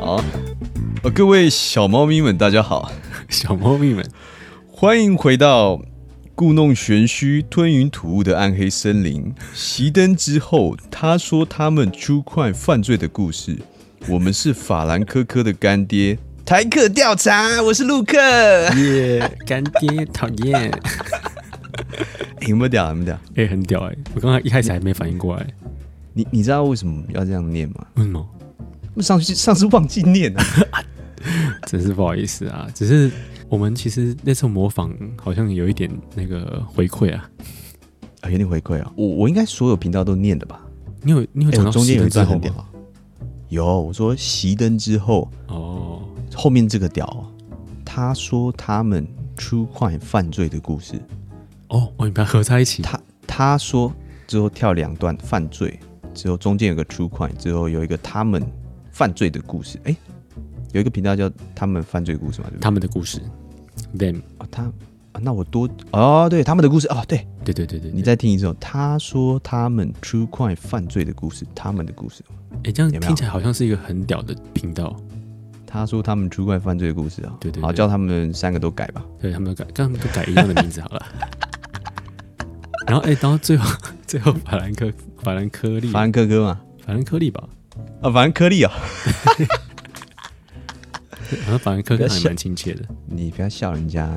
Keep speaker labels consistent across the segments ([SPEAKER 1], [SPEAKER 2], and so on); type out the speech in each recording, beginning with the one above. [SPEAKER 1] 好，呃，各位小猫咪们，大家好，
[SPEAKER 2] 小猫咪们，
[SPEAKER 1] 欢迎回到故弄玄虚、吞云吐雾的暗黑森林。熄灯之后，他说他们出块犯罪的故事。我们是法兰科科的干爹，哎台客调查，我是陆 克。
[SPEAKER 2] 耶、干爹讨厌，
[SPEAKER 1] 欸有没有屌？有没有屌？
[SPEAKER 2] 哎、很屌哎、我刚才一开始还没反应过来，
[SPEAKER 1] 你你知道为什么要这样念吗？
[SPEAKER 2] 为什么？
[SPEAKER 1] 我上次上次忘记念啊了、
[SPEAKER 2] 真是不好意思啊，只是我们其实那次模仿好像有一点那个回馈啊，
[SPEAKER 1] 啊，有点回馈啊。我我应该所有频道都念的吧？
[SPEAKER 2] 你有你有
[SPEAKER 1] 欸
[SPEAKER 2] 讲
[SPEAKER 1] 我
[SPEAKER 2] 到
[SPEAKER 1] 中间有一
[SPEAKER 2] 熄灯
[SPEAKER 1] 段
[SPEAKER 2] 之
[SPEAKER 1] 很
[SPEAKER 2] 后
[SPEAKER 1] 屌
[SPEAKER 2] 吗？
[SPEAKER 1] 啊。有，我说熄灯之后，
[SPEAKER 2] 哦，
[SPEAKER 1] 后面这个屌哦，他说他们 true crime 犯罪的故事，
[SPEAKER 2] 哦，哦，你把它合在一起，
[SPEAKER 1] 他他说之后跳两段犯罪，之后中间有个 true crime，之后有一个他们犯罪的故事，哎、有一个频道叫他们犯罪故事嘛，对不对？
[SPEAKER 2] 他们的故事，them，
[SPEAKER 1] 哦他啊，那我多哦，对他们的故事哦，对
[SPEAKER 2] 对对对对，
[SPEAKER 1] 你
[SPEAKER 2] 对
[SPEAKER 1] 再听一次哦，他说他们 true crime 犯罪的故事，他们的故事，
[SPEAKER 2] 哎、这样
[SPEAKER 1] 有没有
[SPEAKER 2] 听起来好像是一个很屌的频道，
[SPEAKER 1] 他说他们 true crime 犯罪的故事啊、
[SPEAKER 2] 对对
[SPEAKER 1] 好
[SPEAKER 2] 对
[SPEAKER 1] 叫他们三个都改吧，
[SPEAKER 2] 对他们都改，跟他们都改一样的名字好了。 然后哎、然后最后 最后法兰克法兰克利
[SPEAKER 1] 法兰克哥嘛，
[SPEAKER 2] 法兰克利吧，
[SPEAKER 1] 啊，法兰克利啊。
[SPEAKER 2] 好像法兰克
[SPEAKER 1] 不
[SPEAKER 2] 利
[SPEAKER 1] 要
[SPEAKER 2] 还
[SPEAKER 1] 笑
[SPEAKER 2] 蛮亲切的。
[SPEAKER 1] 你不要笑人家，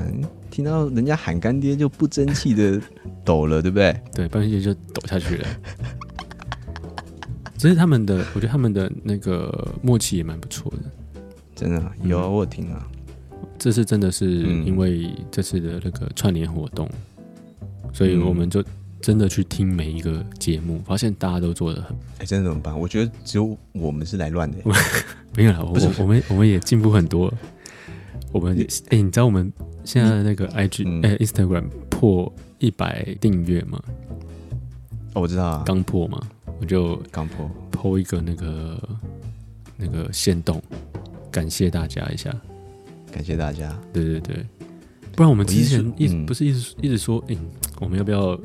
[SPEAKER 1] 听到人家喊干爹就不争气的 抖了，对不对？
[SPEAKER 2] 对，半夜就抖下去了。只是他们的，我觉得他们的那个默契也蛮不错的。
[SPEAKER 1] 真的啊有啊
[SPEAKER 2] 嗯
[SPEAKER 1] 我有听啊，
[SPEAKER 2] 这次真的是
[SPEAKER 1] 嗯
[SPEAKER 2] 因为这次的那个串联活动，所以
[SPEAKER 1] 嗯
[SPEAKER 2] 我们就真的去听每一个节目，发现大家都做的很
[SPEAKER 1] 哎、真的怎么办？我觉得只有我们是来乱的、
[SPEAKER 2] 没有啦，我
[SPEAKER 1] 不是
[SPEAKER 2] 我我们我们也进步很多。我们
[SPEAKER 1] 你
[SPEAKER 2] 哎、你知道我们现在的那个 IG
[SPEAKER 1] 嗯
[SPEAKER 2] 哎、Instagram 破一百订阅吗？
[SPEAKER 1] 哦，我知道啊，
[SPEAKER 2] 刚破嘛，我就
[SPEAKER 1] 刚破，
[SPEAKER 2] 抛一个那个那个限动，感谢大家一下。
[SPEAKER 1] 感谢大家。
[SPEAKER 2] 对对对，不然我们之前
[SPEAKER 1] 我一
[SPEAKER 2] 一
[SPEAKER 1] 直
[SPEAKER 2] 直、
[SPEAKER 1] 嗯
[SPEAKER 2] 不是一直一直说，哎、我们要不要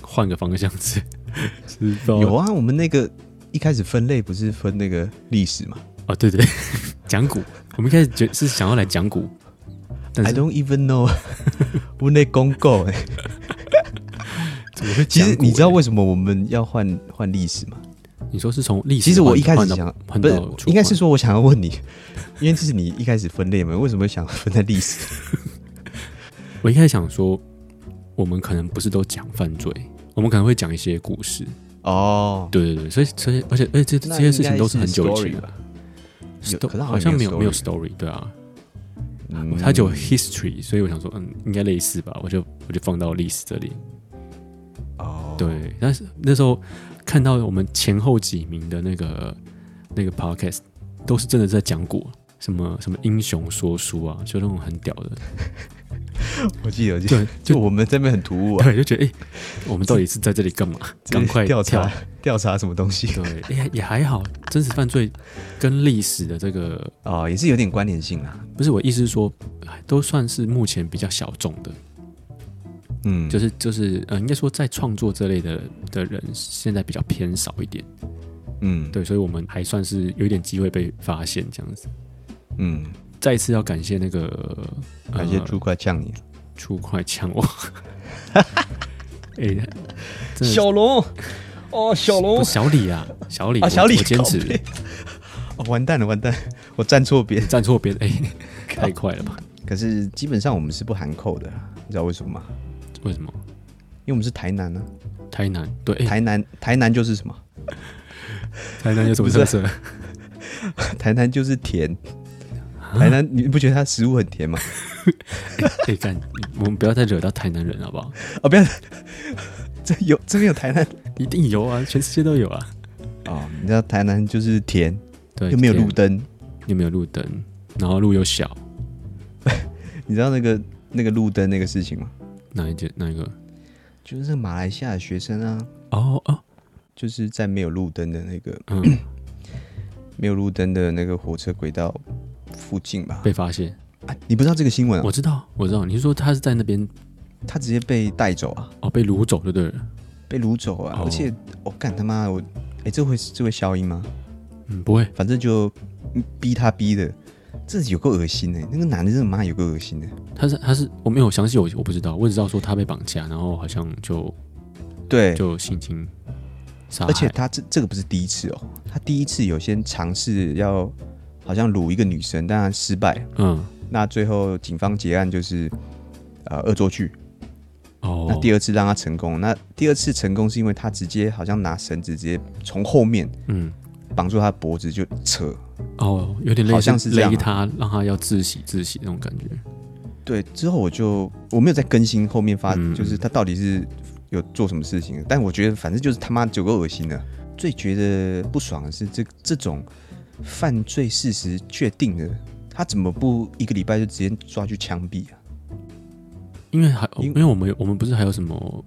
[SPEAKER 2] 换个方向吃？ 是不知道
[SPEAKER 1] 有啊，我们那个一开始分类不是分那个历史嘛
[SPEAKER 2] 哦，对 对，讲股，我们一开始觉是想要来讲股，但
[SPEAKER 1] ？I
[SPEAKER 2] 是
[SPEAKER 1] don't even know 我们那公告、哎，
[SPEAKER 2] 怎么会
[SPEAKER 1] 其实
[SPEAKER 2] 讲股欸哎
[SPEAKER 1] 你知道
[SPEAKER 2] 嘞
[SPEAKER 1] 为什么我们要换换历史吗？
[SPEAKER 2] 你说是从历史
[SPEAKER 1] 其实我一开始
[SPEAKER 2] 换到
[SPEAKER 1] 想，
[SPEAKER 2] 换
[SPEAKER 1] 不是
[SPEAKER 2] 到，
[SPEAKER 1] 应该是说我想要问你， 因为这是你一开始分类嘛，为什么想分在历史？
[SPEAKER 2] 我一开始想说，我们可能不是都讲犯罪，我们可能会讲一些故事。
[SPEAKER 1] 哦，
[SPEAKER 2] 对对对，所以所以而且而且这这
[SPEAKER 1] 那
[SPEAKER 2] 些事情都
[SPEAKER 1] 应该
[SPEAKER 2] 很
[SPEAKER 1] 是
[SPEAKER 2] 久以
[SPEAKER 1] story 吧
[SPEAKER 2] 前了，
[SPEAKER 1] 有
[SPEAKER 2] sto-
[SPEAKER 1] 可是好
[SPEAKER 2] 好
[SPEAKER 1] 像
[SPEAKER 2] 像
[SPEAKER 1] 没
[SPEAKER 2] 没
[SPEAKER 1] 有
[SPEAKER 2] 有没有 story，对啊，
[SPEAKER 1] 嗯
[SPEAKER 2] 它就有 history，所以我想说，嗯，应该类似吧，我就我就放到历史这里。
[SPEAKER 1] 哦，
[SPEAKER 2] 对，但是那时候看到我们前后几名的那个那个 podcast，都是真的在讲古，啊什么什么英雄说书啊，就那种很屌的，
[SPEAKER 1] 我记得，我记得，
[SPEAKER 2] 对，
[SPEAKER 1] 就
[SPEAKER 2] 就
[SPEAKER 1] 我们这边很突兀啊，
[SPEAKER 2] 对，就觉得哎、我们到底是在这里干嘛？赶快
[SPEAKER 1] 调
[SPEAKER 2] 跳
[SPEAKER 1] 查调查什么东 西
[SPEAKER 2] 对，也也还好，真实犯罪跟历史的这个，
[SPEAKER 1] 哦，也是有点关联性啦，
[SPEAKER 2] 不是我意思是说，哎都算是目前比较小众的，
[SPEAKER 1] 嗯，
[SPEAKER 2] 就是就是呃，应该说在创作这类的的人现在比较偏少一点，
[SPEAKER 1] 嗯，，
[SPEAKER 2] 对，所以我们还算是有一点机会被发现这样子。
[SPEAKER 1] 嗯，
[SPEAKER 2] 再一次要感谢那个呃
[SPEAKER 1] 感谢猪快呛你，
[SPEAKER 2] 出快呛我， 哎、真的是
[SPEAKER 1] 龙，哦，小
[SPEAKER 2] 不小李啊，小李
[SPEAKER 1] 啊，
[SPEAKER 2] 我
[SPEAKER 1] 小李，
[SPEAKER 2] 我坚
[SPEAKER 1] 靠
[SPEAKER 2] 持
[SPEAKER 1] 背，哦，完蛋了，完蛋， 我站错边，
[SPEAKER 2] 站 错边，哎、太快了吧？
[SPEAKER 1] 可是基本上我们是不含扣的啦，你知道为什么吗？
[SPEAKER 2] 为什么？
[SPEAKER 1] 因为我们是台南啊，
[SPEAKER 2] 台南对，哎、
[SPEAKER 1] 台南台南就是什么？
[SPEAKER 2] 台南有什么
[SPEAKER 1] 不是
[SPEAKER 2] 特色？
[SPEAKER 1] 台南就是甜，台
[SPEAKER 2] 啊
[SPEAKER 1] 南你不觉得它食物很甜吗？
[SPEAKER 2] 哎、干，我们不要再惹到台南人好不好？
[SPEAKER 1] 啊，不要， 这有这边有台南
[SPEAKER 2] 一定有啊，全世界都有啊。
[SPEAKER 1] 哦，你知道台南就是甜，
[SPEAKER 2] 对，
[SPEAKER 1] 又没有
[SPEAKER 2] 这样
[SPEAKER 1] 路，灯，
[SPEAKER 2] 又没有路灯，然后路又小，
[SPEAKER 1] 你知道那个那个路灯那个事情吗？
[SPEAKER 2] 哪一件哪一个？
[SPEAKER 1] 就是那个马来西亚的学生啊，
[SPEAKER 2] 哦哦，
[SPEAKER 1] 就是在没有路灯的那个
[SPEAKER 2] 嗯，
[SPEAKER 1] 没有路灯的那个火车轨道附近吧？
[SPEAKER 2] 被发现，
[SPEAKER 1] 啊，你不知道这个新闻啊？
[SPEAKER 2] 我知道，我知道，你是说他是在那边
[SPEAKER 1] 他直接被带走啊，
[SPEAKER 2] 哦被掳走就对了，
[SPEAKER 1] 被掳走啊！
[SPEAKER 2] 哦
[SPEAKER 1] 而且我干、他妈的我，哎、这会这会消音吗？
[SPEAKER 2] 嗯，不会，
[SPEAKER 1] 反正就嗯逼他逼的，这有够恶心的、那个男的真的妈有够恶心的、
[SPEAKER 2] 他是他是我没有详细我我不知道，我只知道说他被绑架，然后好像就
[SPEAKER 1] 对，
[SPEAKER 2] 就性侵杀害，
[SPEAKER 1] 而且他这这个不是第一次哦，他第一次有先尝试要好像掳一个女生，但他失败。
[SPEAKER 2] 嗯
[SPEAKER 1] 那最后警方结案就是呃恶作剧。
[SPEAKER 2] 哦
[SPEAKER 1] 那第二次让他成功，那第二次成功是因为他直接好像拿绳子直接从后面
[SPEAKER 2] 嗯
[SPEAKER 1] 绑住他的脖子就扯。
[SPEAKER 2] 哦有点类似
[SPEAKER 1] 好像是这样啊
[SPEAKER 2] 勒他让他要自喜自喜那种感觉，
[SPEAKER 1] 对，之后我就我没有再更新后面发，
[SPEAKER 2] 嗯
[SPEAKER 1] 就是他到底是有做什么事情，但我觉得反正就是他妈有够恶心的。最觉得不爽的是这这种犯罪事实确定的，他怎么不一个礼拜就直接抓去枪毙啊？
[SPEAKER 2] 因为还
[SPEAKER 1] 因
[SPEAKER 2] 因为我们有我们不是还有什么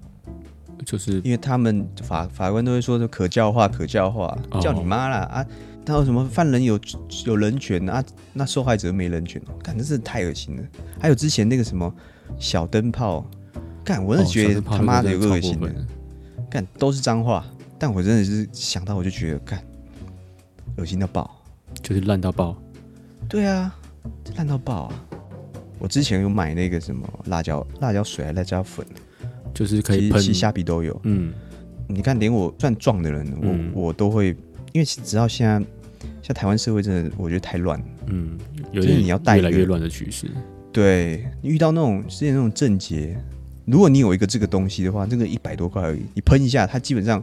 [SPEAKER 2] 就是
[SPEAKER 1] 因为他们法法官都会说可教化可教化，
[SPEAKER 2] 哦
[SPEAKER 1] 叫你妈啦啊！他有什么犯人有有人权啊？那受害者没人权，感觉是太恶心了。还有之前那个什么小灯泡，干我真
[SPEAKER 2] 哦
[SPEAKER 1] 的觉得他妈的有个恶心的，干都是脏话，但我真的是想到我就觉得干恶心到爆。
[SPEAKER 2] 就是烂到爆，
[SPEAKER 1] 对啊，这烂到爆啊！我之前有买那个什么辣椒辣椒水、啊辣椒粉，
[SPEAKER 2] 就是可
[SPEAKER 1] 其
[SPEAKER 2] 以
[SPEAKER 1] 实
[SPEAKER 2] 喷
[SPEAKER 1] 其实虾皮都有。
[SPEAKER 2] 嗯
[SPEAKER 1] 你看，连我算壮的人，我、
[SPEAKER 2] 嗯
[SPEAKER 1] 我都会，因为直到现在，像台湾社会真的，我觉得太乱了。
[SPEAKER 2] 嗯，有
[SPEAKER 1] 就是
[SPEAKER 2] 点
[SPEAKER 1] 你要带一
[SPEAKER 2] 越
[SPEAKER 1] 个
[SPEAKER 2] 来越乱的趋势，
[SPEAKER 1] 对你遇到那种之前那种症结，如果你有一个这个东西的话，这个一百多块而已，你喷一下，它基本上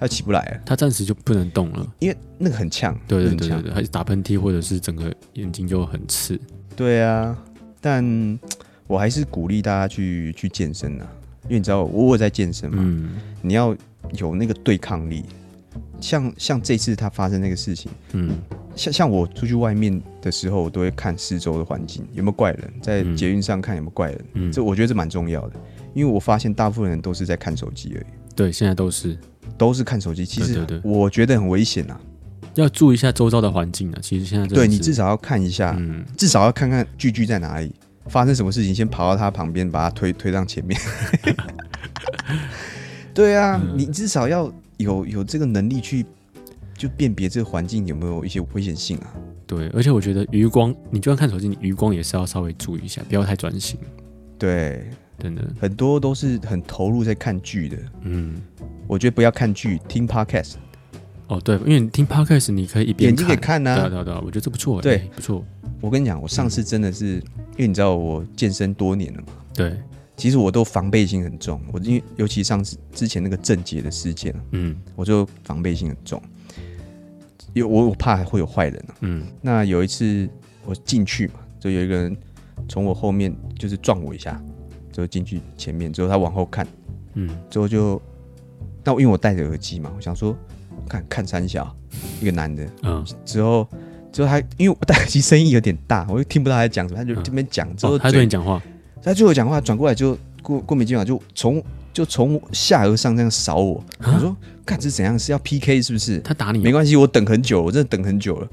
[SPEAKER 1] 它起不来了，
[SPEAKER 2] 他暂时就不能动了。
[SPEAKER 1] 因为那个很呛，
[SPEAKER 2] 对对
[SPEAKER 1] 很
[SPEAKER 2] 对对
[SPEAKER 1] 呛，
[SPEAKER 2] 对，还是打喷嚏或者是整个眼睛就很刺。
[SPEAKER 1] 对啊。但嘖我还是鼓励大家去去健身啊，因为你知道我我有在健身嘛，
[SPEAKER 2] 嗯
[SPEAKER 1] 你要有那个对抗力。像像这次它发生那个事情。
[SPEAKER 2] 嗯
[SPEAKER 1] 像像我出去外面的时候，我都会看四周的环境有没有怪人，在
[SPEAKER 2] 嗯
[SPEAKER 1] 捷运上看有没有怪人，
[SPEAKER 2] 嗯，
[SPEAKER 1] 这我觉得这蛮重要的，因为我发现大部分人都是在看手机而已，
[SPEAKER 2] 对，现在都是
[SPEAKER 1] 都是看手机。其实
[SPEAKER 2] 对对
[SPEAKER 1] 我觉得很危险啊，
[SPEAKER 2] 要注意一下周遭的环境啊。其实现在真的
[SPEAKER 1] 对你
[SPEAKER 2] 是
[SPEAKER 1] 至少要看一下，
[SPEAKER 2] 嗯，
[SPEAKER 1] 至少要看看聚聚在哪里，发生什么事情，先跑到他旁边，把他推推到 前面。对啊，
[SPEAKER 2] 嗯
[SPEAKER 1] 你至少要有有这个能力去就辨别这个环境有没有一些危险性啊。
[SPEAKER 2] 对，而且我觉得余光，你就算看手机，你余光也是要稍微注意一下，不要太专心，
[SPEAKER 1] 对，
[SPEAKER 2] 真的。
[SPEAKER 1] 很多都是很投入在看剧的，
[SPEAKER 2] 嗯，
[SPEAKER 1] 我觉得不要看剧，听 podcast，
[SPEAKER 2] 哦对，因为你听 podcast，你可以一边
[SPEAKER 1] 眼睛给看呢、
[SPEAKER 2] 对啊对啊对啊，我觉得这不错，
[SPEAKER 1] 对
[SPEAKER 2] 哎，不错，
[SPEAKER 1] 我跟你讲，我上次真的是，
[SPEAKER 2] 嗯
[SPEAKER 1] 因为你知道我健身多年了嘛，
[SPEAKER 2] 对，
[SPEAKER 1] 其实我都防备心很重。我因为尤其上次之前那个症结的事件，啊
[SPEAKER 2] 嗯
[SPEAKER 1] 我就防备心很重，因为我我怕会有坏人啊。
[SPEAKER 2] 嗯
[SPEAKER 1] 那有一次我进去嘛，就有一个人从我后面就是撞我一下，就进去前面之后他往后看，
[SPEAKER 2] 嗯，
[SPEAKER 1] 之后就，那我因为我戴着耳机嘛，我想说看看三小，一个男的，
[SPEAKER 2] 嗯，
[SPEAKER 1] 之后之后他因为我戴耳机声音有点大，我又听不到他在讲什么，他就
[SPEAKER 2] 嗯
[SPEAKER 1] 这边讲之
[SPEAKER 2] 哦
[SPEAKER 1] 后
[SPEAKER 2] 他
[SPEAKER 1] 嘴，
[SPEAKER 2] 对你讲话，
[SPEAKER 1] 他最后讲话转过来就过过没几秒就从就从下而上这样扫我，我说看这是怎样是要 PK 是不是？
[SPEAKER 2] 他啊打你啊哦
[SPEAKER 1] 没，关系，我等很久了，我真的等很久了，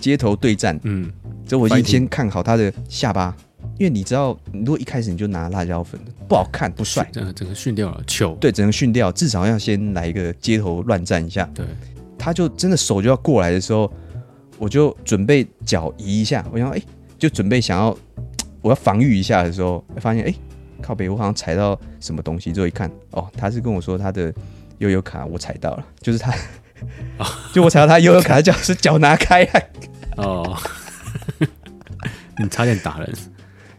[SPEAKER 1] 街头对战，
[SPEAKER 2] 嗯，
[SPEAKER 1] 之后我已经
[SPEAKER 2] Fighting
[SPEAKER 1] 先看好他的下巴。因为你知道，如果一开始你就拿辣椒粉，不好看，不帅，
[SPEAKER 2] 整个整个训掉了，糗，
[SPEAKER 1] 对，只能训掉，至少要先来一个街头乱战一下。
[SPEAKER 2] 对，
[SPEAKER 1] 他就真的手就要过来的时候，我就准备脚移一下，我想哎、诶就准备想要我要防御一下的时候，发现哎、诶靠北，我好像踩到什么东西，之后一看，哦，他是跟我说他的悠悠卡我踩到了， 就是他，就我踩到他悠悠卡，他叫是脚拿开来，
[SPEAKER 2] 哦， 你差点打人，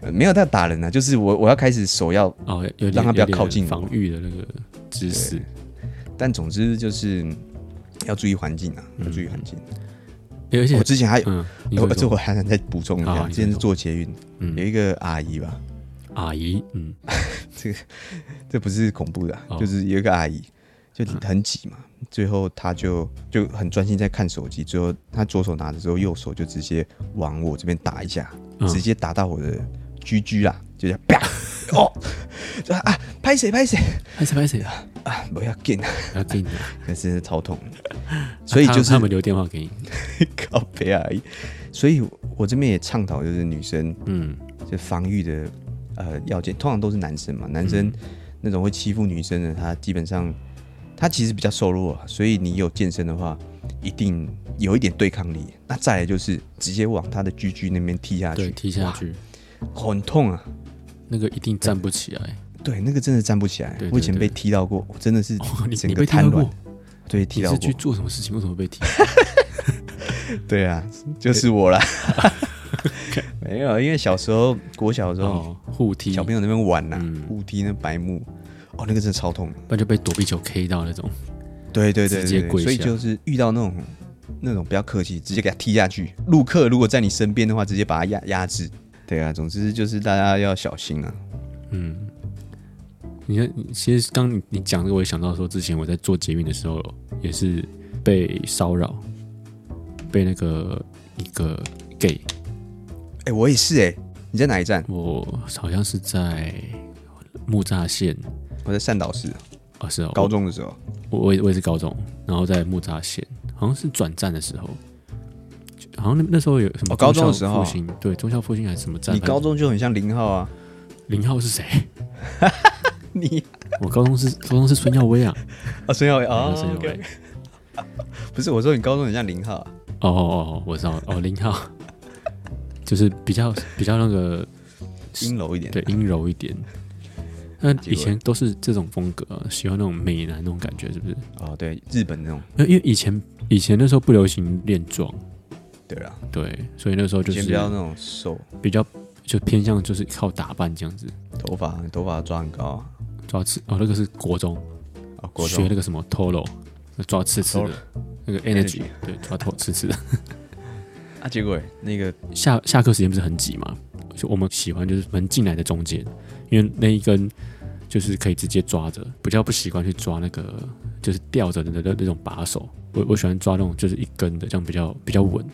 [SPEAKER 1] 呃没有他打人啊，就是我我要开始手要，
[SPEAKER 2] 哦，有点
[SPEAKER 1] 让他不要
[SPEAKER 2] 有点
[SPEAKER 1] 靠近我
[SPEAKER 2] 防御的那个姿势。
[SPEAKER 1] 但总之就是嗯要注意环境啊，要注意环境。
[SPEAKER 2] 诶而且
[SPEAKER 1] 我之前还有，
[SPEAKER 2] 嗯，你
[SPEAKER 1] 我
[SPEAKER 2] 说
[SPEAKER 1] 哦这
[SPEAKER 2] 说
[SPEAKER 1] 我还想再补充一下，
[SPEAKER 2] 好你
[SPEAKER 1] 之
[SPEAKER 2] 说
[SPEAKER 1] 前是
[SPEAKER 2] 说
[SPEAKER 1] 做捷运，
[SPEAKER 2] 嗯
[SPEAKER 1] 有一个阿姨吧，
[SPEAKER 2] 阿姨，嗯
[SPEAKER 1] 这不是恐怖的啊、
[SPEAKER 2] 哦
[SPEAKER 1] 就是有一个阿姨，就很挤嘛，最后她就就很专心在看手机，最后她左手拿着之后，右手就直接往我这边打一下，
[SPEAKER 2] 嗯
[SPEAKER 1] 直接打到我的居居啦，就这样啪，哦，说啊，拍谁拍谁
[SPEAKER 2] 拍谁 拍谁，
[SPEAKER 1] 啊，不要紧，
[SPEAKER 2] 要给你的，
[SPEAKER 1] 可是超 痛的， 所以就是
[SPEAKER 2] 啊他他们留电话给你，
[SPEAKER 1] 告别而已。所以我这边也倡导，就是女生
[SPEAKER 2] 嗯，
[SPEAKER 1] 就防御的呃要件，通常都是男生嘛，男生那种会欺负女生的，他基本上他其实比较瘦弱啊，所以你有健身的话，一定有一点对抗力。那再来就是直接往他的居居那边踢下
[SPEAKER 2] 对，
[SPEAKER 1] 去，
[SPEAKER 2] 踢下去，
[SPEAKER 1] 哇，很痛啊！
[SPEAKER 2] 那个一定站不起来。
[SPEAKER 1] 对，那个真的站不起来。
[SPEAKER 2] 对对
[SPEAKER 1] 我以前被踢到过，我真的是
[SPEAKER 2] 哦，你
[SPEAKER 1] 整
[SPEAKER 2] 你
[SPEAKER 1] 个
[SPEAKER 2] 被踢
[SPEAKER 1] 瘫
[SPEAKER 2] 到
[SPEAKER 1] 软
[SPEAKER 2] 过。？
[SPEAKER 1] 对，踢
[SPEAKER 2] 你
[SPEAKER 1] 到
[SPEAKER 2] 是
[SPEAKER 1] 过
[SPEAKER 2] 去。做什么事情？为什么被 踢？
[SPEAKER 1] 对啊，就是我 啦。没有，因为小时候国小的时候，
[SPEAKER 2] 哦，互踢，
[SPEAKER 1] 小朋友那边玩呐、
[SPEAKER 2] 嗯
[SPEAKER 1] 互踢那白木，哦，那个真的超痛的。
[SPEAKER 2] 不然就被躲避球 K 到那种。
[SPEAKER 1] 对对对
[SPEAKER 2] 直接
[SPEAKER 1] 对对，
[SPEAKER 2] 跪
[SPEAKER 1] 所以
[SPEAKER 2] 下
[SPEAKER 1] 就是遇到那种那种不要客气，直接给他踢下去。陆客如果在你身边的话，直接把他压压制。对啊，总之就是大家要小心啊。
[SPEAKER 2] 嗯，你看，其实刚你你讲这个，我也想到说，之前我在做捷运的时候，也是被骚扰，被那个一个 gay，
[SPEAKER 1] 哎、我也是哎、你在哪一站？
[SPEAKER 2] 我好像是在木栅线
[SPEAKER 1] 我在善导市，
[SPEAKER 2] 啊，是哦，
[SPEAKER 1] 高中的时候。
[SPEAKER 2] 我我也我也是高中，然后在木栅线，好像是转站的时候，好像那那时候有什么
[SPEAKER 1] 哦高中的
[SPEAKER 2] 忠孝
[SPEAKER 1] 时候
[SPEAKER 2] 复兴对忠孝复兴还是什么站？
[SPEAKER 1] 你高中就很像零号啊，
[SPEAKER 2] 零号是谁？
[SPEAKER 1] 你
[SPEAKER 2] 我高中是高中是孙耀威啊，
[SPEAKER 1] 啊孙耀伟
[SPEAKER 2] 我
[SPEAKER 1] 啊，
[SPEAKER 2] 是孙耀
[SPEAKER 1] OK，OK
[SPEAKER 2] 威。
[SPEAKER 1] 不是我说你高中很像零号、啊，
[SPEAKER 2] 哦哦哦，我知道 了哦，零号就是比较比较那个
[SPEAKER 1] 阴柔一点。
[SPEAKER 2] 对阴柔一点。那
[SPEAKER 1] 结
[SPEAKER 2] 以
[SPEAKER 1] 果
[SPEAKER 2] 前都是这种风格，喜欢那种美男那种感觉，是不是？
[SPEAKER 1] 哦，对，日本那种，
[SPEAKER 2] 因为因为以前以前那时候不流行练壮，
[SPEAKER 1] 对啊啦，
[SPEAKER 2] 对，所以那时候就
[SPEAKER 1] 以前
[SPEAKER 2] 是
[SPEAKER 1] 比较那种瘦，
[SPEAKER 2] 比较就偏向就是靠打扮这样子。
[SPEAKER 1] 头发头发抓很高啊，
[SPEAKER 2] 抓刺哦，那个是国中
[SPEAKER 1] 哦，国
[SPEAKER 2] 学
[SPEAKER 1] 中
[SPEAKER 2] 那个什么 Toro，那抓刺刺的
[SPEAKER 1] Toro
[SPEAKER 2] 那个
[SPEAKER 1] Energy
[SPEAKER 2] Energy，对，抓头刺刺的。
[SPEAKER 1] 啊，结果欸那个
[SPEAKER 2] 下下课时间不是很挤嘛，就我们喜欢就是门进来的中间，因为那一根就是可以直接抓着，比较不习惯去抓那个就是吊着的那那那种把手。我我喜欢抓那种就是一根的，这样比较比较稳。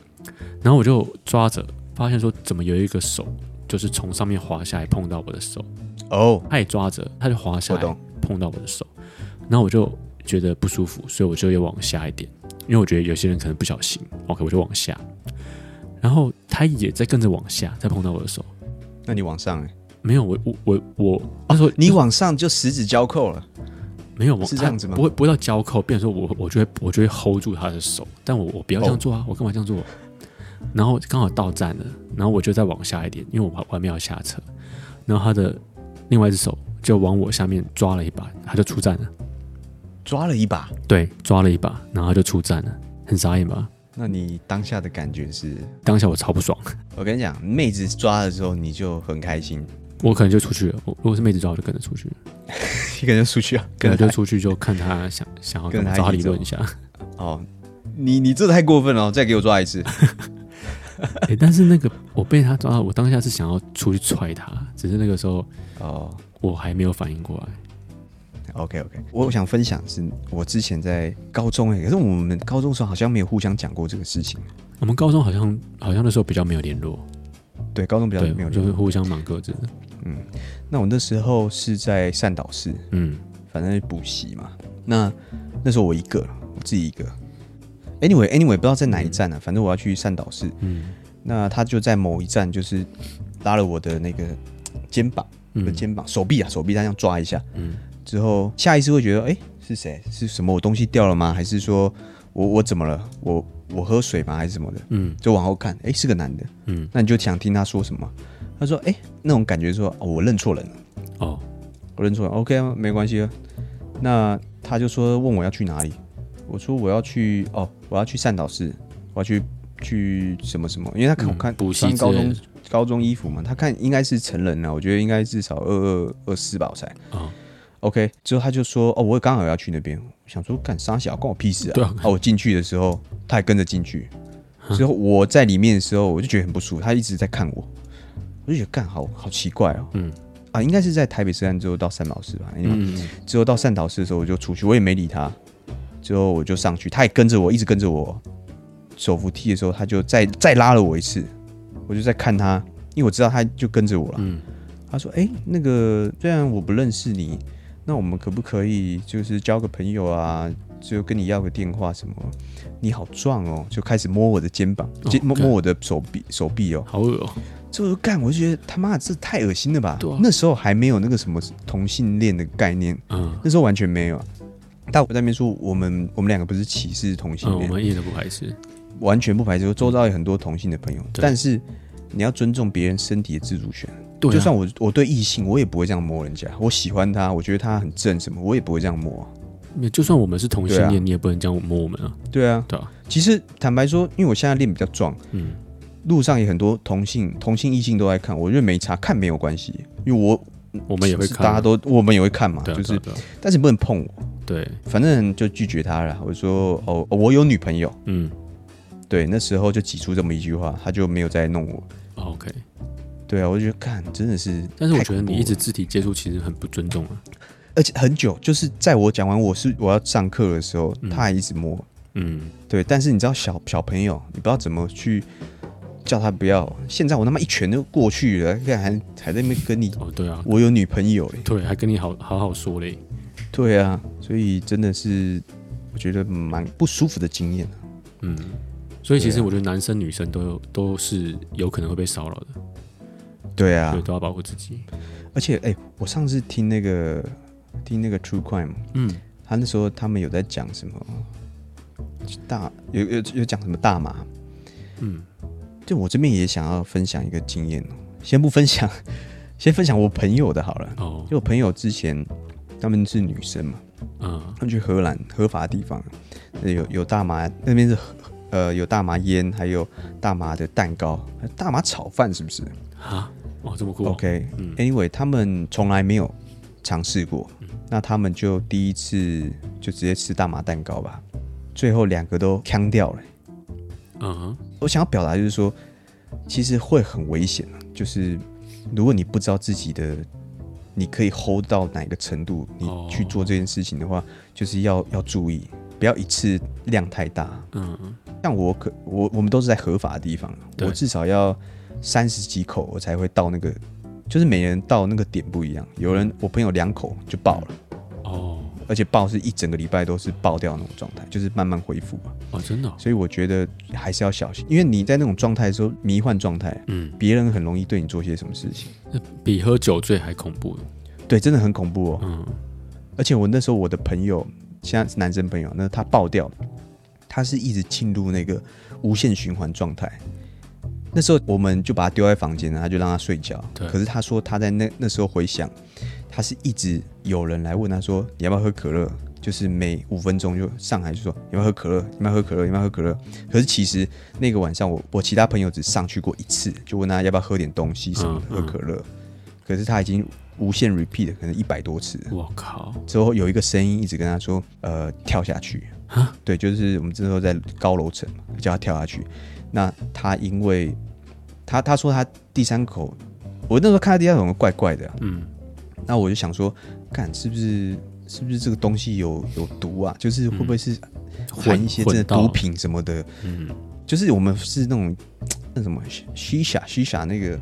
[SPEAKER 2] 然后我就抓着，发现说怎么有一个手就是从上面滑下来碰到我的手，
[SPEAKER 1] 哦，
[SPEAKER 2] 他也抓着，他就滑下
[SPEAKER 1] 我
[SPEAKER 2] 来
[SPEAKER 1] 懂，
[SPEAKER 2] 碰到我的手，然后我就觉得不舒服，所以我就又往下一点，因为我觉得有些人可能不小心，OK，我就往下，然后他也在跟着往下，再碰到我的手，
[SPEAKER 1] 那你往上哎、
[SPEAKER 2] 没有，我我我我，他说
[SPEAKER 1] 你往上就十指交扣了，
[SPEAKER 2] 没有往
[SPEAKER 1] 是这样子吗
[SPEAKER 2] 他不会不会到交扣，变成说我我就会我就会 hold 住他的手，但我我不要这样做啊，我干嘛这样做？然后刚好到站了，然后我就再往下一点，因为我还我还没有下车，然后他的另外一只手就往我下面抓了一把，他就出站了。
[SPEAKER 1] 抓了一把。
[SPEAKER 2] 对，抓了一把，然后他就出站了，很傻眼吧？
[SPEAKER 1] 那你当下的感觉是？
[SPEAKER 2] 当下我超不爽，
[SPEAKER 1] 我跟你讲，妹子抓的时候你就很开心，
[SPEAKER 2] 我可能就出去了。我如果是妹子抓，我就跟着出去，
[SPEAKER 1] 你可能出去啊，
[SPEAKER 2] 跟
[SPEAKER 1] 跟
[SPEAKER 2] 着
[SPEAKER 1] 着
[SPEAKER 2] 就出去就看她想想要
[SPEAKER 1] 跟
[SPEAKER 2] 跟
[SPEAKER 1] 她
[SPEAKER 2] 找她
[SPEAKER 1] 一起
[SPEAKER 2] 理论
[SPEAKER 1] 走
[SPEAKER 2] 一下。
[SPEAKER 1] 哦，你你这太过分了哦，再给我抓一 次。
[SPEAKER 2] 诶欸但是那个我被她抓到，我当下是想要出去踹她，只是那个时候
[SPEAKER 1] 哦
[SPEAKER 2] 我还没有反应过来。
[SPEAKER 1] ，OK OK，我想分享是我之前在高中哎、可是我们高中的时候好像没有互相讲过这个事情。
[SPEAKER 2] 我们高中好像好像那时候比较没有联络，
[SPEAKER 1] 对，高中比较
[SPEAKER 2] 对
[SPEAKER 1] 没有，
[SPEAKER 2] 就是互相忙各自的。
[SPEAKER 1] 那我那时候是在善导市，
[SPEAKER 2] 嗯，
[SPEAKER 1] 反正补习嘛。那那时候我一个，我自己一个。Anyway，Anyway，不知道在哪一站呢、啊，反正我要去善导市。
[SPEAKER 2] 嗯，
[SPEAKER 1] 那他就在某一站，就是拉了我的那个肩膀，我的
[SPEAKER 2] 嗯
[SPEAKER 1] 肩膀、手臂啊，手臂他这样抓一下，
[SPEAKER 2] 嗯，
[SPEAKER 1] 之后下意识会觉得，哎、是谁？是什么？我东西掉了吗？还是说我我怎么了？我我喝水吗？还是什么的？
[SPEAKER 2] 嗯
[SPEAKER 1] 就往后看，哎、是个男的，
[SPEAKER 2] 嗯，
[SPEAKER 1] 那你就想听他说什么？他说，哎、那种感觉说，哦，我认错人了。
[SPEAKER 2] 哦，
[SPEAKER 1] 我认错了，OK 啊，没关系啊。那他就说问我要去哪里，我说我要去哦，我要去善导市，我要去去什么什么，因为他看我
[SPEAKER 2] 嗯
[SPEAKER 1] 看
[SPEAKER 2] 补习
[SPEAKER 1] 穿高
[SPEAKER 2] 之类
[SPEAKER 1] 中
[SPEAKER 2] 的
[SPEAKER 1] 高中衣服嘛，他看应该是成人了、我觉得应该至少二二二四吧，我猜。
[SPEAKER 2] 哦，
[SPEAKER 1] OK，之后他就说哦，我刚好要去那边，我想说干啥小关我屁事啊！
[SPEAKER 2] 对啊
[SPEAKER 1] 哦，我进去的时候他还跟着进 去，之后我在里面的时候我就觉得很不舒服，他一直在看我，我就觉得干好好奇怪哦。
[SPEAKER 2] 嗯
[SPEAKER 1] 啊，应该是在台北车站之后到三老师吧，因为
[SPEAKER 2] 嗯，嗯
[SPEAKER 1] 之后到善导寺的时候，我就出去，我也没理他。之后我就上去，他也跟着我，一直跟着我。手扶梯的时候，他就再再拉了我一次，我就在看他，因为我知道他就跟着我了。
[SPEAKER 2] 嗯
[SPEAKER 1] 他说：“哎、那个虽然我不认识你，那我们可不可以就是交个朋友啊？就跟你要个电话什么？你好壮哦！”就开始摸我的肩膀，
[SPEAKER 2] 哦
[SPEAKER 1] 肩摸
[SPEAKER 2] 干
[SPEAKER 1] 摸我的手臂手臂哦。
[SPEAKER 2] 好恶哦、
[SPEAKER 1] 这我就干，我就觉得他妈的这太恶心了吧！
[SPEAKER 2] 对啊
[SPEAKER 1] 那时候还没有那个什么同性恋的概念，
[SPEAKER 2] 嗯
[SPEAKER 1] 那时候完全没有啊。但我在那边说，我们我们两个不是歧视同性
[SPEAKER 2] 嗯，我
[SPEAKER 1] 恋，
[SPEAKER 2] 们一点都不排斥，
[SPEAKER 1] 完全不排斥，周遭有很多同性的朋友，
[SPEAKER 2] 对
[SPEAKER 1] 但是你要尊重别人身体的自主权。
[SPEAKER 2] 对、啊，
[SPEAKER 1] 就算我我对异性，我也不会这样摸人家。我喜欢他，我觉得他很正什么，我也不会这样摸啊、
[SPEAKER 2] 没就算我们是同性
[SPEAKER 1] 对
[SPEAKER 2] 恋，
[SPEAKER 1] 啊
[SPEAKER 2] 你也不能这样摸我们啊，
[SPEAKER 1] 对啊，
[SPEAKER 2] 对啊，
[SPEAKER 1] 其实坦白说，因为我现在练比较壮，
[SPEAKER 2] 嗯，
[SPEAKER 1] 路上也很多同性、同性异性都在看，我觉得没差，看没有关系，因为我
[SPEAKER 2] 我们也会
[SPEAKER 1] 是
[SPEAKER 2] 看啊，
[SPEAKER 1] 大家都我们也会看嘛，
[SPEAKER 2] 对啊、
[SPEAKER 1] 就
[SPEAKER 2] 对
[SPEAKER 1] 是
[SPEAKER 2] 啊，对啊
[SPEAKER 1] 但是不能碰我，
[SPEAKER 2] 对，
[SPEAKER 1] 反正就拒绝他了。我说哦，我有女朋友，
[SPEAKER 2] 嗯
[SPEAKER 1] 对，那时候就挤出这么一句话，他就没有再弄我。
[SPEAKER 2] 哦，OK，
[SPEAKER 1] 对啊，我就觉得看真的是，
[SPEAKER 2] 但是我觉得你一直，肢体接触其实很不尊重啊，
[SPEAKER 1] 而且很久，就是在我讲完我是我要上课的时候，他还一直摸。
[SPEAKER 2] 嗯，
[SPEAKER 1] 对，但是你知道小小朋友，你不知道怎么去叫他不要。现在我他妈一拳就过去了，看还还在那边 跟你，
[SPEAKER 2] 哦，对啊，
[SPEAKER 1] 我有女朋友嘞。
[SPEAKER 2] 对，还跟你好好好说嘞，
[SPEAKER 1] 对啊，所以真的是我觉得蛮不舒服的经验啊、
[SPEAKER 2] 嗯，所以其实
[SPEAKER 1] 对啊
[SPEAKER 2] 我觉得男生女生都有都是有可能会被骚扰的，
[SPEAKER 1] 对啊
[SPEAKER 2] 对，，都要保护自己，
[SPEAKER 1] 而且哎、我上次听那个听那个 True Crime，
[SPEAKER 2] 嗯，
[SPEAKER 1] 他那时候他们有在讲什么大有有有讲什么大麻，
[SPEAKER 2] 嗯，
[SPEAKER 1] 就我这边也想要分享一个经验哦，先不分享， 先分享我朋友的好了。
[SPEAKER 2] 哦，
[SPEAKER 1] 就我朋友之前他们是女生嘛，
[SPEAKER 2] 嗯
[SPEAKER 1] 他们去荷兰合法的地方，那有有大麻，那边是合呃有大麻烟，还有大麻的蛋糕，还有大麻炒饭是不是
[SPEAKER 2] 啊，哇，这么酷哦、嗯
[SPEAKER 1] ？OK，Anyway，、他们从来没有尝试过，那他们就第一次就直接吃大麻蛋糕吧，最后两个都呛掉了。
[SPEAKER 2] 嗯哼，
[SPEAKER 1] 我想要表达就是说，其实会很危险啊就是如果你不知道自己的你可以 hold 到哪个程度，你
[SPEAKER 2] 哦
[SPEAKER 1] 去做这件事情的话，就是要要注意，不要一次量太大。
[SPEAKER 2] 嗯，
[SPEAKER 1] 像我可我我们都是在合法的地方，
[SPEAKER 2] 对
[SPEAKER 1] 我至少要三十几口我才会到那个，就是每人到那个点不一样。有人我朋友两口就爆了，
[SPEAKER 2] 哦，
[SPEAKER 1] 而且爆是一整个礼拜都是爆掉那种状态，就是慢慢恢复嘛。
[SPEAKER 2] 哦，真的哦、
[SPEAKER 1] 所以我觉得还是要小心，因为你在那种状态的时候，迷幻状态，
[SPEAKER 2] 嗯，
[SPEAKER 1] 别人很容易对你做些什么事情。
[SPEAKER 2] 比喝酒醉还恐怖，
[SPEAKER 1] 对，真的很恐怖哦。
[SPEAKER 2] 嗯，
[SPEAKER 1] 而且我那时候我的朋友，现在是男生朋友，那他爆掉，他是一直进入那个无限循环状态。那时候我们就把他丢在房间，然后他就让他睡觉。
[SPEAKER 2] 对
[SPEAKER 1] 可是他说他在那那时候回想，他是一直有人来问他说你要不要喝可乐，就是每五分钟就上来就说你要不要喝可乐，你要不要喝可乐，你要不要喝可乐。可是其实那个晚上我我其他朋友只上去过一次，就问他要不要喝点东西什么的，
[SPEAKER 2] 嗯
[SPEAKER 1] 喝可乐。可是他已经无限 repeat 了可能一百多次了。
[SPEAKER 2] 我靠，
[SPEAKER 1] 之后有一个声音一直跟他说，呃，跳下去
[SPEAKER 2] 啊。
[SPEAKER 1] 对，就是我们之后在高楼层嘛，叫他跳下去。那他因为他他说他第三口，我那时候看他第三口怪怪的啊、
[SPEAKER 2] 嗯，
[SPEAKER 1] 那我就想说，看是不是是不是这个东西有有毒啊？就是会不会是含一些真的
[SPEAKER 2] 嗯混到
[SPEAKER 1] 毒，品什么的？
[SPEAKER 2] 嗯，
[SPEAKER 1] 就是我们是那种那什么西夏西夏那个。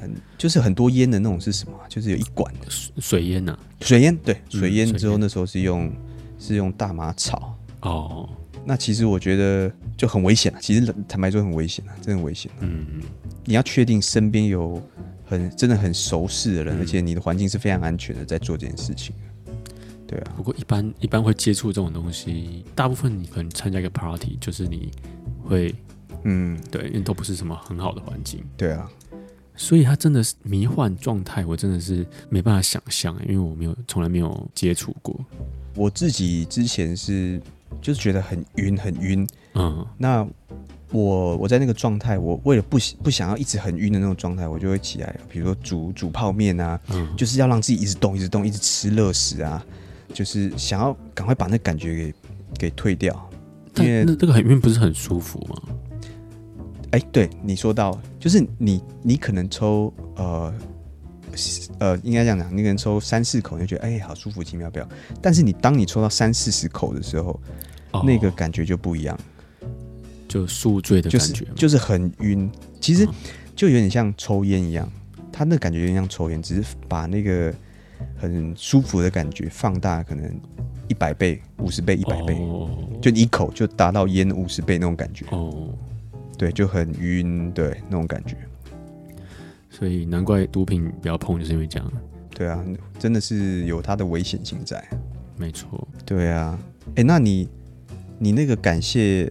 [SPEAKER 1] 很就是很多烟的那种是什么啊？就是有一管的
[SPEAKER 2] 水水啊烟呐、
[SPEAKER 1] 水烟，对
[SPEAKER 2] 嗯
[SPEAKER 1] 水烟
[SPEAKER 2] 水
[SPEAKER 1] 之后
[SPEAKER 2] 烟
[SPEAKER 1] 那时候是用是用大麻草，
[SPEAKER 2] 哦，
[SPEAKER 1] 那其实我觉得就很危险啊。其实坦白说很危险啊，真的很危险、啊。
[SPEAKER 2] 嗯，
[SPEAKER 1] 你要确定身边有很真的很熟识
[SPEAKER 2] 嗯
[SPEAKER 1] 的人，而且你的环境是非常安全的，在做这件事情。对啊，
[SPEAKER 2] 不过一般一般会接触这种东西，大部分你可能参加一个 party，就是你会
[SPEAKER 1] 嗯，
[SPEAKER 2] 对，因为都不是什么很好的环境，
[SPEAKER 1] 对啊，
[SPEAKER 2] 所以他真的是迷幻状态，我真的是没办法想象，因为我没有从来没有接触过，
[SPEAKER 1] 我自己之前是就是觉得很晕，很晕。
[SPEAKER 2] 嗯
[SPEAKER 1] 那我我在那个状态，我为了不不想要一直很晕的那种状态，我就会起来，比如说煮煮泡面啊，
[SPEAKER 2] 嗯，
[SPEAKER 1] 就是要让自己一直动，一直动，一直吃热食啊，就是想要赶快把那感觉给给退掉。因
[SPEAKER 2] 但
[SPEAKER 1] 为
[SPEAKER 2] 那这个很因为不是很舒服吗？
[SPEAKER 1] 哎、对你说到，就是你你可能抽呃是呃，应该这样讲，你可能抽三四口，你就觉得哎、好舒服，轻妙不要。但是你当你抽到三四十口的时候，
[SPEAKER 2] 哦
[SPEAKER 1] 那个感觉就不一样，
[SPEAKER 2] 就宿醉的
[SPEAKER 1] 就
[SPEAKER 2] 感
[SPEAKER 1] 是
[SPEAKER 2] 觉嘛，嗯
[SPEAKER 1] 就是很晕，其实就有点像抽烟一样。它那感觉有点像抽烟，只是把那个很舒服的感觉放大，可能一百倍、五十倍、一百倍，
[SPEAKER 2] 哦
[SPEAKER 1] 就你一口就达到烟五十倍那种感觉，
[SPEAKER 2] 哦，
[SPEAKER 1] 对，就很晕，对，那种感觉，
[SPEAKER 2] 所以难怪毒品不要碰，就是因为这样。
[SPEAKER 1] 对啊，真的是有它的危险性在，
[SPEAKER 2] 没错，
[SPEAKER 1] 对啊，哎、那你你那个感谢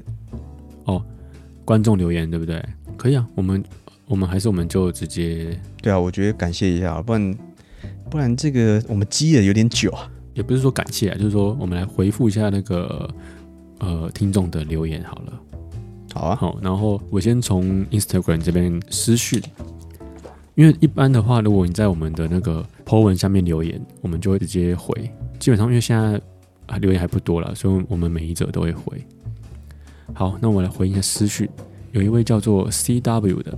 [SPEAKER 2] 观众留言对不对？可以啊，我们我们还是我们就直接，
[SPEAKER 1] 对啊，我觉得感谢一下，不然不然这个我们积了有点久啊。
[SPEAKER 2] 也不是说感谢啊，就是说我们来回复一下那个呃听众的留言好了。
[SPEAKER 1] 好啊，
[SPEAKER 2] 好，然后我先从 Instagram 这边私讯，因为一般的话，如果你在我们的那个 po 文下面留言，我们就会直接回。基本上因为现在啊留言还不多了，所以我们每一则都会回。好，那我来回应一下私讯，有一位叫做 C W 的，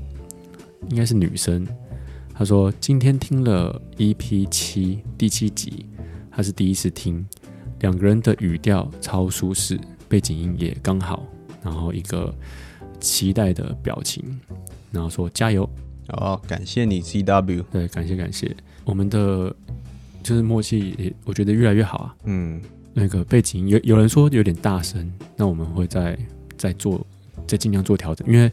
[SPEAKER 2] 应该是女生，她说今天听了 EP 七第七集，她是第一次听，两个人的语调超舒适，背景音也刚好，然后一个期待的表情，然后说加油，
[SPEAKER 1] 好啊感谢你 C W，
[SPEAKER 2] 对，感谢感谢，我们的就是默契也，我觉得越来越好啊。
[SPEAKER 1] 嗯，
[SPEAKER 2] 那个背景有有人说有点大声，那我们会再再做，再尽量做调整，因为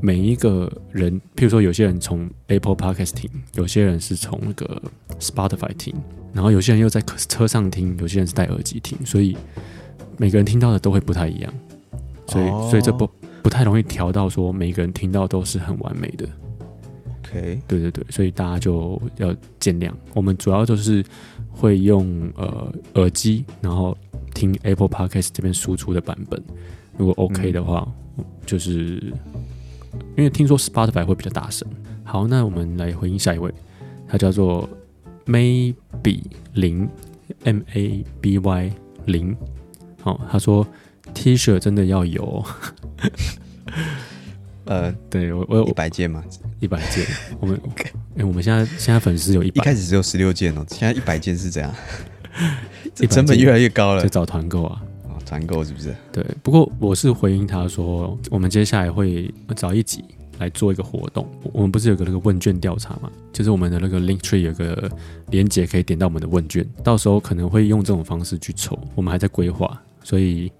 [SPEAKER 2] 每一个人，譬如说有些人从 Apple Podcast 听，有些人是从那个 Spotify 听，然后有些人又在车车上听，有些人是戴耳机听，所以每个人听到的都会不太一样，所以、
[SPEAKER 1] 哦
[SPEAKER 2] 所以这不不太容易调到说每个人听到都是很完美的。
[SPEAKER 1] OK，
[SPEAKER 2] 对对对，所以大家就要见谅。我们主要就是会用呃耳机，然后听 Apple Podcast 这边输出的版本。如果 OK 的话，就是因为听说 Spotify 会比较大声。好，那我们来回应下一位，他叫做 Maybe 零 M A B Y 零。好、他说 T 恤真的要有哦，
[SPEAKER 1] 呃，
[SPEAKER 2] 对我我有
[SPEAKER 1] 一百件嘛，
[SPEAKER 2] 一百件，我们哎、我们现在现在粉丝有一
[SPEAKER 1] 一
[SPEAKER 2] 百
[SPEAKER 1] 开始只有十六件哦，现在一百件是 怎样？这
[SPEAKER 2] 100
[SPEAKER 1] 成本
[SPEAKER 2] 件
[SPEAKER 1] 越来越高了
[SPEAKER 2] 就找团购啊。
[SPEAKER 1] 啊，团购是不是？
[SPEAKER 2] 对，不过我是回应他说，我们接下来会找一集来做一个活动。我我们不是有个那个问卷调查嘛？就是我们的那个 Linktree 有个连接可以点到我们的问卷，到时候可能会用这种方式去抽。我们还在规划，所以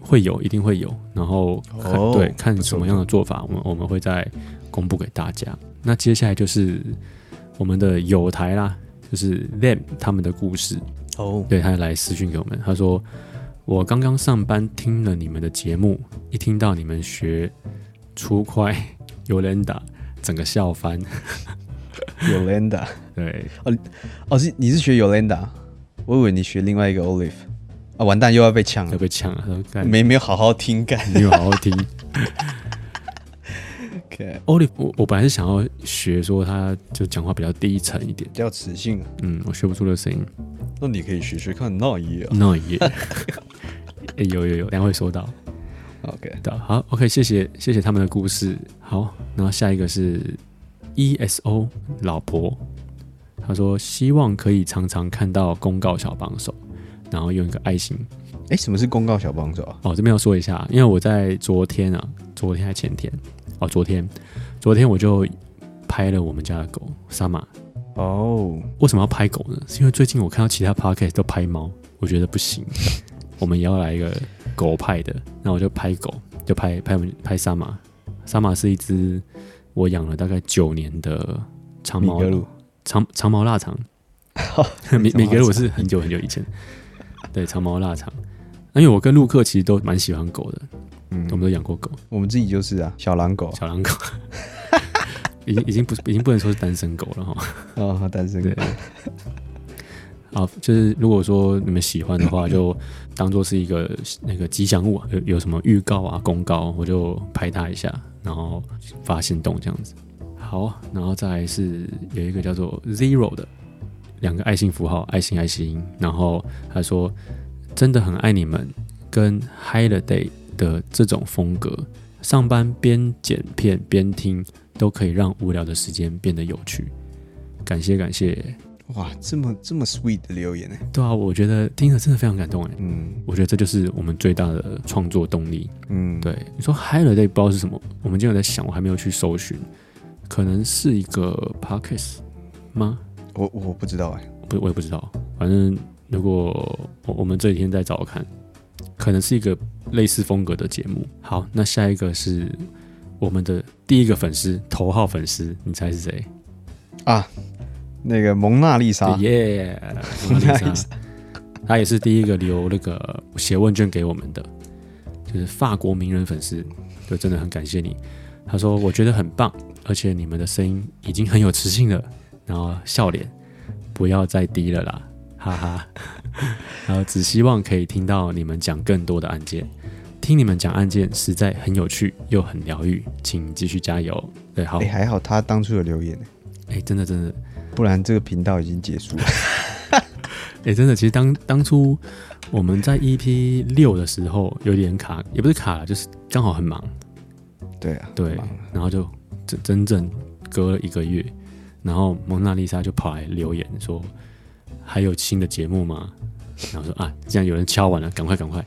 [SPEAKER 2] 会有，一定会有。然后看、
[SPEAKER 1] 哦
[SPEAKER 2] 对，看
[SPEAKER 1] 不错
[SPEAKER 2] 什么样的做法，我们我们会再公布给大家。那接下来就是我们的友台啦，就是 them 他们的故事。
[SPEAKER 1] 哦，
[SPEAKER 2] 对他来私讯给我们，他说：“我刚刚上班听了你们的节目，一听到你们学粗快尤人打，整个笑翻。
[SPEAKER 1] Yolanda，”
[SPEAKER 2] 对，
[SPEAKER 1] 哦，是你是学 Yolanda，我以为你学另外一个 Olive，啊，完蛋又要被呛
[SPEAKER 2] 要
[SPEAKER 1] 了，
[SPEAKER 2] 被呛了。他说：“干，
[SPEAKER 1] 没没有好好听 干。
[SPEAKER 2] 没有好好听。
[SPEAKER 1] OK，”
[SPEAKER 2] Olive，我我本来是想要学说他就讲话比较低沉一点
[SPEAKER 1] 比，较磁性啊，
[SPEAKER 2] 嗯，我学不出这个声音。
[SPEAKER 1] 那你可以学学看那一啊。
[SPEAKER 2] 那也、 欸有有有，等一下会收到。
[SPEAKER 1] OK，
[SPEAKER 2] 的。啊好，OK，谢谢谢谢他们的故事。好，然后下一个是 ESO 老婆，他说希望可以常常看到公告小帮手，然后用一个爱心。
[SPEAKER 1] 哎，什么是公告小帮手啊？
[SPEAKER 2] 哦，这边要说一下，因为我在昨天啊，昨天还前天，哦，昨天，昨天我就拍了我们家的狗 Sama。
[SPEAKER 1] 哦，
[SPEAKER 2] 为什么要拍狗呢？是因为最近我看到其他 podcast 都拍猫，我觉得不行， 我们也要来一个狗派的。那我就拍狗，就拍拍我们拍萨玛。萨玛是一只我养了大概九年的长
[SPEAKER 1] 米
[SPEAKER 2] 毛
[SPEAKER 1] 格鲁，
[SPEAKER 2] 长长毛腊肠。 米米格鲁是很久很久以前，对长毛腊肠。那因为我跟陆克其实都蛮喜欢狗的，
[SPEAKER 1] 嗯
[SPEAKER 2] 我们都养过狗，
[SPEAKER 1] 我们自己就是啊，小狼狗
[SPEAKER 2] 小 狼狗，已经已经不已经不能说是单身狗了哈。
[SPEAKER 1] 啊，单身狗
[SPEAKER 2] 对。啊，就是如果说你们喜欢的话，就当做是一个那个吉祥物啊，有有什么预告啊、公告，我就拍它一下，然后发行动这样子。好，然后再来是有一个叫做 Zero 的两个爱心符号，爱心爱心，然后他说真的很爱你们，跟 Holiday 的这种风格，上班边剪片边听，都可以让无聊的时间变得有趣。感谢感谢，
[SPEAKER 1] 哇，这么这么 sweet 的留言呢？欸
[SPEAKER 2] 对啊，我觉得听了真的非常感动哎，
[SPEAKER 1] 嗯
[SPEAKER 2] 我觉得这就是我们最大的创作动力。
[SPEAKER 1] 嗯，
[SPEAKER 2] 对，你说 Holiday 不知道是什么，我们今天有在想，我还没有去搜寻，可能是一个 podcast 吗？
[SPEAKER 1] 我我不知道哎、
[SPEAKER 2] 不，我也不知道。反正如果我我们这几天再找看，可能是一个类似风格的节目。好，那下一个是我们的第一个粉丝，头号粉丝，你猜是谁？
[SPEAKER 1] 啊，那个蒙娜丽莎，
[SPEAKER 2] 耶、蒙娜丽莎，啊她也是第一个留那个写问卷给我们的，就是法国名人粉丝，就真的很感谢你。他说我觉得很棒，而且你们的声音已经很有磁性了，然后笑脸不要再低了啦， 哈哈。然后只希望可以听到你们讲更多的案件，听你们讲案件实在很有趣又很疗愈，请继续加油。对，好
[SPEAKER 1] 哎、，还好他当初有留言、欸，
[SPEAKER 2] 哎，真的真的，
[SPEAKER 1] 不然这个频道已经结束了。
[SPEAKER 2] 哎、真的，其实当当初我们在 EP 六的时候有点卡，也不是卡了，就是刚好很忙，
[SPEAKER 1] 对啊，
[SPEAKER 2] 对
[SPEAKER 1] 忙了，
[SPEAKER 2] 然后就整整整隔了一个月，然后蒙娜丽莎就跑来留言说还有新的节目吗？然后说啊，既然有人敲完了，赶快赶快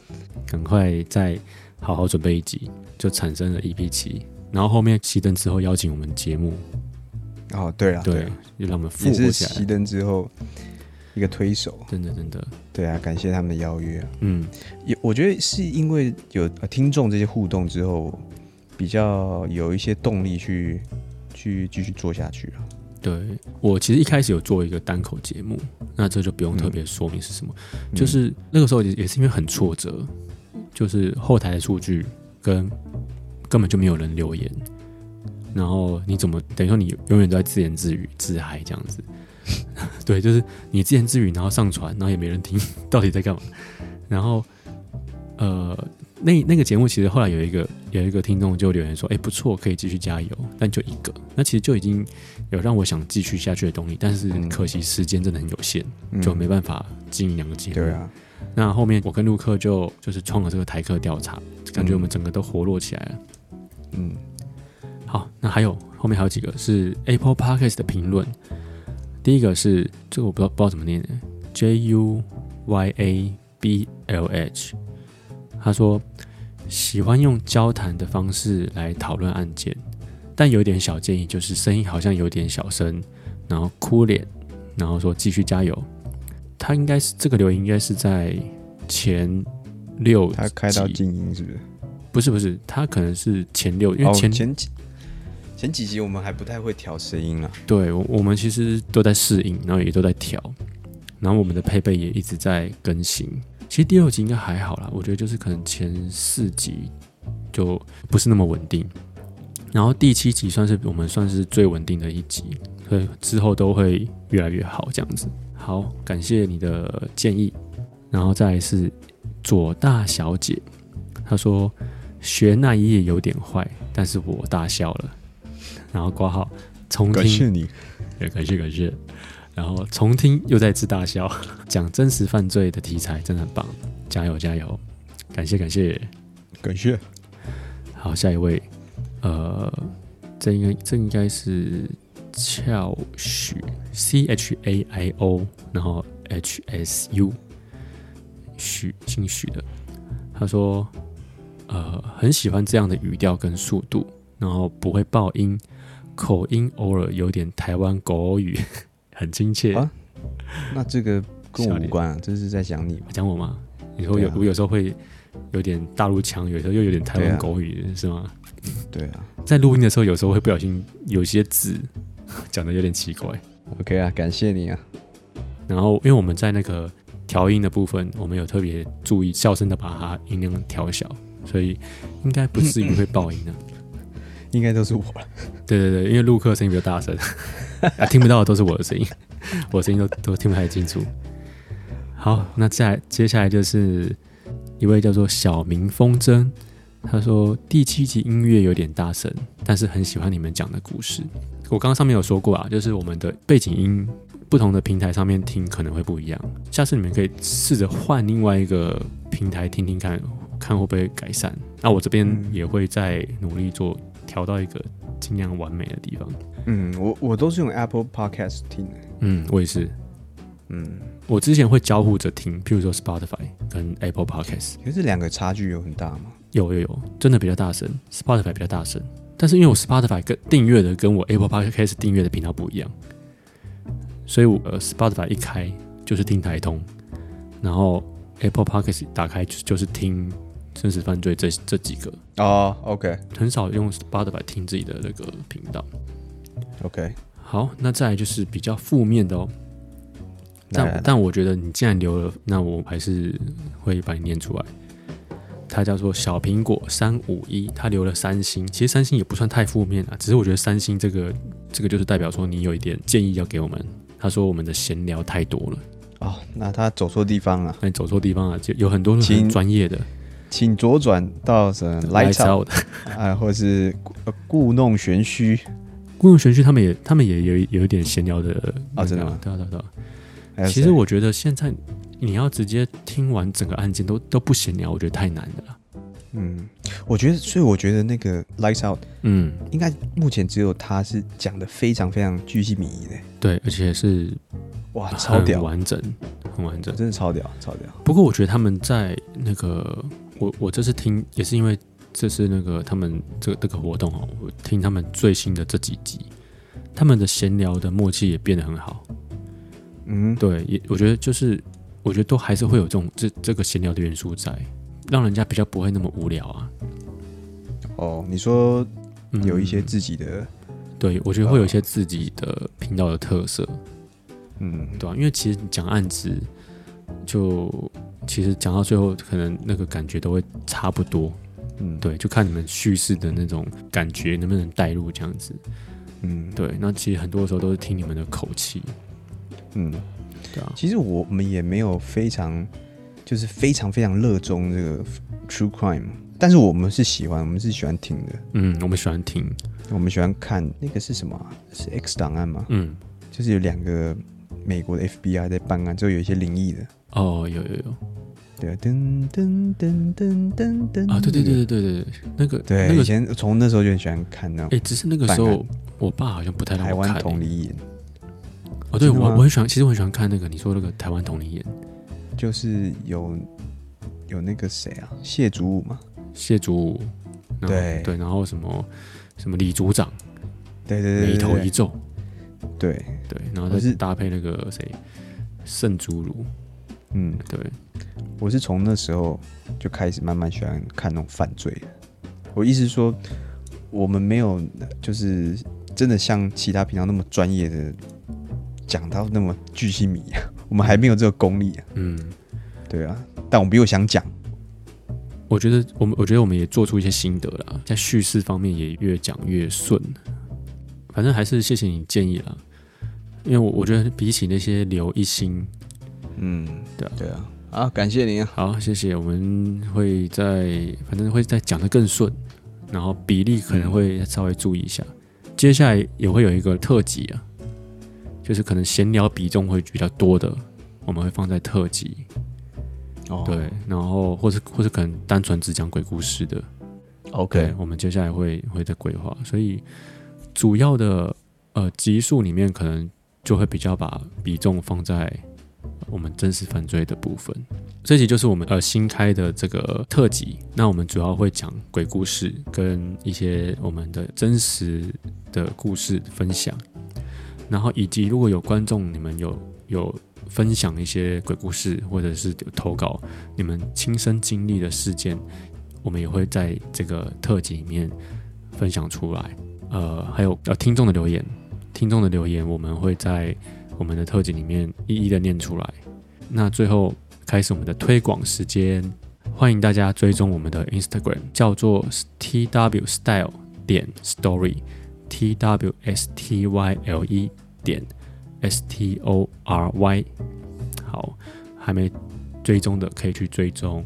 [SPEAKER 2] 赶快再好好准备一集，就产生了 EP 七。然后后面熄灯之后邀请我们节目，
[SPEAKER 1] 哦，对啊，
[SPEAKER 2] 对
[SPEAKER 1] 啊，
[SPEAKER 2] 又让我们复
[SPEAKER 1] 也
[SPEAKER 2] 活
[SPEAKER 1] 是
[SPEAKER 2] 起来
[SPEAKER 1] 熄
[SPEAKER 2] 了，
[SPEAKER 1] 灯之后一个推手。
[SPEAKER 2] 真的真的，
[SPEAKER 1] 对啊，感谢他们的邀约啊、
[SPEAKER 2] 嗯，
[SPEAKER 1] 也我觉得是因为有呃听众这些互动之后，比较有一些动力去去继续做下去啊。
[SPEAKER 2] 对我其实一开始有做一个单口节目，那这就不用特别说明是什么，
[SPEAKER 1] 嗯
[SPEAKER 2] 就是那个时候也也是因为很挫折，就是后台的数据跟根本就没有人留言，然后你怎么等于说你永远都在自言自语、自嗨这样子， 对，就是你自言自语，然后上传，然后也没人听， 到底在干嘛？然后呃，那那个节目其实后来有一个有一个听众就留言说，哎、不错，可以继续加油，但就一个，那其实就已经有让我想继续下去的动力，但是
[SPEAKER 1] 嗯
[SPEAKER 2] 可惜时间真的很有限，
[SPEAKER 1] 嗯
[SPEAKER 2] 就没办法经营两个节目。
[SPEAKER 1] 对啊，
[SPEAKER 2] 那后面我跟陆克就就是创了这个台客调查，感觉我们整个都活络起来了。
[SPEAKER 1] 嗯，
[SPEAKER 2] 好，那还有后面还有几个是 Apple Podcast 的评论，第一个是这个我不知道不知道怎么念，J U Y A B L H，他说喜欢用交谈的方式来讨论案件，但有点小建议就是声音好像有点小声，然后哭脸，然后说继续加油。他应该是这个留言应该是在前六，
[SPEAKER 1] 他开到静音是不是？
[SPEAKER 2] 不是不是，他可能是前六，因为前、
[SPEAKER 1] 哦、前几前几集我们还不太会调声音 啊。
[SPEAKER 2] 对，我我们其实都在适应，然后也都在调，然后我们的配备也一直在更新。其实第六集应该还好啦，我觉得就是可能前四集就不是那么稳定，然后第七集算是我们算是最稳定的一集，所以之后都会越来越好这样子。好，感谢你的建议，然后再来是左大小姐，她说学那一页有点坏，但是我大笑了，然后挂号重
[SPEAKER 1] 感
[SPEAKER 2] 听
[SPEAKER 1] 谢你，
[SPEAKER 2] 也感谢感谢。然后重听又再次大笑，讲真实犯罪的题材真的很棒，加油加油！感谢感谢。
[SPEAKER 1] 感谢。
[SPEAKER 2] 好，下一位，呃，这应该这应该是俏许 C H A I O，然后 H S U，许姓许的，他说，呃，很喜欢这样的语调跟速度，然后不会爆音，口音偶尔有点台湾狗语， 很亲切。
[SPEAKER 1] 啊那这个跟
[SPEAKER 2] 笑
[SPEAKER 1] 我
[SPEAKER 2] 脸
[SPEAKER 1] 无关啊，这是在讲你吧？
[SPEAKER 2] 讲我吗？你说有、
[SPEAKER 1] 对啊
[SPEAKER 2] 我有时候会有点大陆腔，有时候又有点台
[SPEAKER 1] 对
[SPEAKER 2] 湾
[SPEAKER 1] 啊
[SPEAKER 2] 狗语，是吗？
[SPEAKER 1] 对啊
[SPEAKER 2] 在录音的时候，有时候会不小心有些字 讲的有点奇怪。
[SPEAKER 1] ，OK 啊，感谢你啊。
[SPEAKER 2] 然后，因为我们在那个调音的部分，我们有特别注意笑声的把它音量调小，所以应该不至于会爆音的、
[SPEAKER 1] 应该都是我了。
[SPEAKER 2] 对对对，因为录课声音比较大声，啊，听不到的都是我的声音， 我的声音都都听不太清楚。好，那再接下来就是一位叫做小明风筝，他说第七集音乐有点大声，但是很喜欢你们讲的故事。我刚刚上面有说过啊，就是我们的背景音不同的平台上面听可能会不一样，下次你们可以试着换另外一个平台听听看，看会不会改善。那我这边
[SPEAKER 1] 嗯
[SPEAKER 2] 也会再努力做调到一个尽量完美的地方。
[SPEAKER 1] 嗯，我我都是用 Apple Podcast 听的。
[SPEAKER 2] 嗯，我也是。
[SPEAKER 1] 嗯，
[SPEAKER 2] 我之前会交互着听，譬如说 Spotify 跟 Apple Podcast，
[SPEAKER 1] 可是两个差距有很大吗？
[SPEAKER 2] 有有有，真的比较大声，Spotify 比较大声，但是因为我 Spotify 跟订阅的跟我 Apple Podcast 订阅的频道不一样，所以我呃 Spotify 一开就是听台通，然后 Apple Podcast 打开就就是听《真实犯罪这》这几个，
[SPEAKER 1] 哦，OK，OK、
[SPEAKER 2] 很少用 Spotify 听自己的那个频道。
[SPEAKER 1] OK OK，
[SPEAKER 2] 好，那再来就是比较负面的哦。
[SPEAKER 1] 来来
[SPEAKER 2] 但但我觉得你既然留了，那我还是会把你念出来。它叫做小苹果三五一，它留了三星。其实三星也不算太负面啊，只是我觉得三星这个这个就是代表说你有一点建议要给我们。他说我们的闲聊太多了，
[SPEAKER 1] 哦，那他走错地方了，
[SPEAKER 2] 那你走错地方了，就有很多是
[SPEAKER 1] 请
[SPEAKER 2] 很专业的
[SPEAKER 1] 请左转到什么 lights
[SPEAKER 2] Lights
[SPEAKER 1] out
[SPEAKER 2] out
[SPEAKER 1] 啊，或是呃故弄玄虚。
[SPEAKER 2] 故弄玄虚，他们也他们也有有一点闲聊的那个
[SPEAKER 1] 哦真的吗
[SPEAKER 2] 对啊对啊对啊。
[SPEAKER 1] 还有
[SPEAKER 2] 其实
[SPEAKER 1] 谁
[SPEAKER 2] 我觉得现在你要直接听完整个案件都都不闲聊，我觉得太难了啦。
[SPEAKER 1] 嗯，我觉得，所以我觉得那个 lights out
[SPEAKER 2] 嗯，
[SPEAKER 1] 应该目前只有他是讲的非常非常巨细靡遗的，
[SPEAKER 2] 对，而且是
[SPEAKER 1] 哇，超
[SPEAKER 2] 很
[SPEAKER 1] 屌，
[SPEAKER 2] 完整，很完整。
[SPEAKER 1] 真的超屌，超屌。
[SPEAKER 2] 不过我觉得他们在那个，我我这次听也是因为这是那个他们这这个活动哦，我听他们最新的这几集，他们的闲聊的默契也变得很好。
[SPEAKER 1] 嗯，
[SPEAKER 2] 对，也我觉得就是，我觉得都还是会有这种这这个闲聊的元素在，让人家比较不会那么无聊啊。
[SPEAKER 1] 哦，你说
[SPEAKER 2] 嗯
[SPEAKER 1] 有一些自己的，
[SPEAKER 2] 对，我觉得会有一些自己的频道的特色，
[SPEAKER 1] 嗯，
[SPEAKER 2] 对吧、因为其实你讲案子，就其实讲到最后，可能那个感觉都会差不多。
[SPEAKER 1] 嗯，，
[SPEAKER 2] 对，就看你们叙事的那种感觉能不能带入这样子。
[SPEAKER 1] 嗯，
[SPEAKER 2] 对，那其实很多时候都是听你们的口气，
[SPEAKER 1] 嗯，
[SPEAKER 2] 对啊，
[SPEAKER 1] 其实我们也没有非常，就是非常非常热衷这个 true crime，但是我们是喜欢，我们是喜欢听的，
[SPEAKER 2] 嗯，我们喜欢听，
[SPEAKER 1] 我们喜欢看那个是什么啊、是 X 档案吗？
[SPEAKER 2] 嗯，
[SPEAKER 1] 就是有两个美国的 FBI 在办案，之后有一些灵异的，
[SPEAKER 2] 哦，有有有
[SPEAKER 1] 对啊，噔噔噔噔噔噔
[SPEAKER 2] 啊，对对
[SPEAKER 1] 那个
[SPEAKER 2] 对对对对，那个
[SPEAKER 1] 对，
[SPEAKER 2] 那
[SPEAKER 1] 以
[SPEAKER 2] 个，
[SPEAKER 1] 前从那时候就很喜欢看那
[SPEAKER 2] 哎，
[SPEAKER 1] 种
[SPEAKER 2] 只是那个时
[SPEAKER 1] 办
[SPEAKER 2] 候
[SPEAKER 1] 案
[SPEAKER 2] 我爸好像不太让
[SPEAKER 1] 台
[SPEAKER 2] 我
[SPEAKER 1] 湾
[SPEAKER 2] 看
[SPEAKER 1] 同
[SPEAKER 2] 欸，
[SPEAKER 1] 理眼，
[SPEAKER 2] 哦，对
[SPEAKER 1] 真
[SPEAKER 2] 我
[SPEAKER 1] 的吗
[SPEAKER 2] 我很喜欢，其实我很喜欢看那个你说那个台湾同龄演
[SPEAKER 1] 就是有有那个谁啊，谢祖武嘛，
[SPEAKER 2] 谢祖武，然后
[SPEAKER 1] 对
[SPEAKER 2] 对，然后什么什么李组长
[SPEAKER 1] 对对对
[SPEAKER 2] 眉
[SPEAKER 1] 对
[SPEAKER 2] 头
[SPEAKER 1] 对
[SPEAKER 2] 一
[SPEAKER 1] 对
[SPEAKER 2] 皱，
[SPEAKER 1] 对，
[SPEAKER 2] 对，然后
[SPEAKER 1] 我
[SPEAKER 2] 再
[SPEAKER 1] 是
[SPEAKER 2] 搭配那个谁圣祖儒，
[SPEAKER 1] 嗯，
[SPEAKER 2] 对，
[SPEAKER 1] 我是从那时候就开始慢慢喜欢看那种犯罪的。我意思是说，我们没有就是真的像其他平常那么专业的讲到那么巨细靡遗啊，我们还没有这个功力啊，
[SPEAKER 2] 嗯。
[SPEAKER 1] 对啊，但我们比我想讲，
[SPEAKER 2] 我觉得我们，我觉得我们也做出一些心得啦，在叙事方面也越讲越顺。反正还是谢谢你建议啦，因为我我觉得比起那些留一星，
[SPEAKER 1] 嗯，
[SPEAKER 2] 对啊
[SPEAKER 1] 对啊，啊，感谢您啊，
[SPEAKER 2] 好，谢谢，我们会在反正会再讲得更顺，然后比例可能会稍微注意一下。接下来也会有一个特辑啊，就是可能闲聊比重会比较多的，我们会放在特辑，
[SPEAKER 1] 哦
[SPEAKER 2] 对，然后或是或是可能单纯只讲鬼故事的，对
[SPEAKER 1] ，OK，，
[SPEAKER 2] 我们接下来会会在规划，所以主要的呃集数里面可能就会比较把比重放在呃我们真实犯罪的部分。这集就是我们呃新开的这个特辑，那我们主要会讲鬼故事跟一些我们的真实的故事分享，然后以及如果有观众你们有有分享一些鬼故事或者是有投稿你们亲身经历的事件，我们也会在这个特辑里面分享出来。呃，还有呃听众的留言，听众的留言我们会在我们的特辑里面一一的念出来。那最后开始我们的推广时间，欢迎大家追踪我们的 Instagram，叫做 T W Style 点 Story，T W S T Y L E 点 S T O R Y。好，还没追踪的可以去追踪。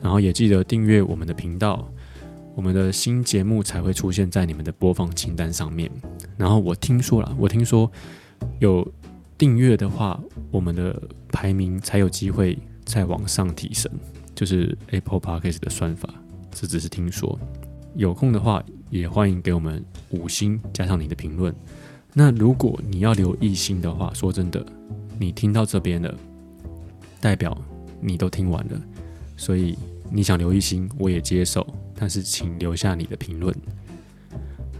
[SPEAKER 2] 然后也记得订阅我们的频道，我们的新节目才会出现在你们的播放清单上面。然后我听说了，我听说有订阅的话，我们的排名才有机会再往上提升，就是 Apple Podcast 的算法。这只是听说，有空的话也欢迎给我们五星加上你的评论。那如果你要留一星的话，说真的，你听到这边了，代表你都听完了，所以你想留一星，我也接受，但是请留下你的评论。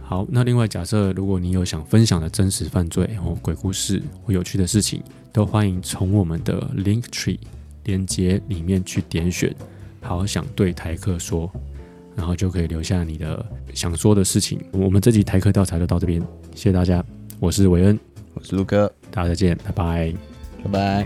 [SPEAKER 2] 好，那另外假设如果你有想分享的真实犯罪或鬼故事或有趣的事情，都欢迎从我们的 Link Tree 连接里面去点选“好想对台客说”，然后就可以留下你的想说的事情。我们这集台客调查就到这边，谢谢大家，我是韦恩，
[SPEAKER 1] 我是陆哥，
[SPEAKER 2] 大家再见，拜拜。
[SPEAKER 1] 拜拜。